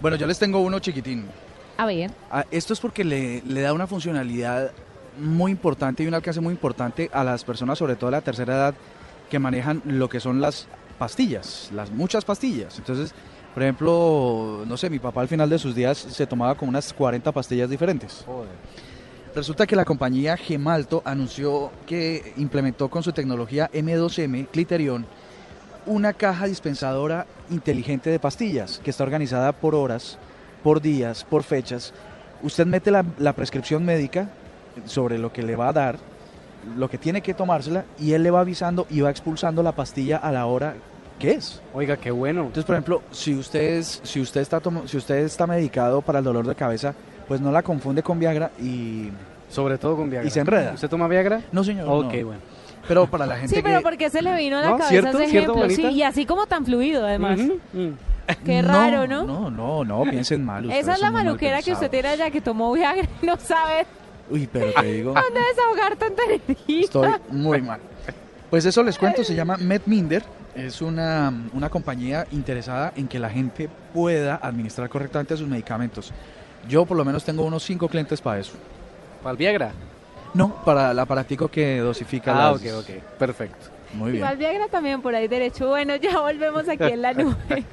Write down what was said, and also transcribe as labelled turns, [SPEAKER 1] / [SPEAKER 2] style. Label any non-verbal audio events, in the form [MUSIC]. [SPEAKER 1] Bueno, yo les tengo uno chiquitín.
[SPEAKER 2] A ver.
[SPEAKER 1] Ah, Esto es porque le, le da una funcionalidad muy importante y un alcance muy importante a las personas, sobre todo de la tercera edad, que manejan lo que son las pastillas, las muchas pastillas. Entonces, por ejemplo, no sé, mi papá al final de sus días se tomaba como unas 40 pastillas diferentes. Resulta que la compañía Gemalto anunció que implementó con su tecnología M2M Cliterion una caja dispensadora inteligente de pastillas que está organizada por horas, por días, por fechas. Usted mete la, la prescripción médica sobre lo que le va a dar, lo que tiene que tomársela y él le va avisando y va expulsando la pastilla a la hora que es.
[SPEAKER 3] Oiga, qué bueno.
[SPEAKER 1] Entonces, por ejemplo, si usted, es- si, usted está tomo- si usted está medicado para el dolor de cabeza, pues no la confunde con Viagra y...
[SPEAKER 3] Sobre todo con Viagra.
[SPEAKER 1] Y se enreda.
[SPEAKER 3] ¿Usted toma Viagra?
[SPEAKER 1] No, señor.
[SPEAKER 3] ok,
[SPEAKER 1] no.
[SPEAKER 3] bueno.
[SPEAKER 1] Pero para la gente
[SPEAKER 2] Sí, pero
[SPEAKER 1] que...
[SPEAKER 2] porque se le vino a la
[SPEAKER 3] ¿No?
[SPEAKER 2] cabeza
[SPEAKER 3] ¿Cierto?
[SPEAKER 2] ese
[SPEAKER 3] ¿Cierto,
[SPEAKER 2] ejemplo, sí,
[SPEAKER 3] Juanita?
[SPEAKER 2] y así como tan fluido además.
[SPEAKER 3] Ujú, mm.
[SPEAKER 2] Qué raro, ¿no?
[SPEAKER 1] No, no, no, piensen mal.
[SPEAKER 2] Esa es la maluquera que usted tiene allá que tomó Viagra y no sabe
[SPEAKER 1] Uy, pero te
[SPEAKER 2] [LAUGHS]
[SPEAKER 1] digo,
[SPEAKER 2] dónde desahogar tanta energía.
[SPEAKER 1] Ah. estoy muy mal. Pues eso les cuento, se llama MedMinder. Es una, una compañía interesada en que la gente pueda administrar correctamente sus medicamentos. Yo por lo menos tengo unos cinco clientes para eso.
[SPEAKER 3] ¿Para el Viagra?
[SPEAKER 1] No, para el aparatico que dosifica
[SPEAKER 3] Ah, ok,
[SPEAKER 1] las-
[SPEAKER 3] ok. Perfecto.
[SPEAKER 1] Muy bien.
[SPEAKER 2] Igual Viagra también por ahí derecho. Bueno, ya volvemos aquí en la nube.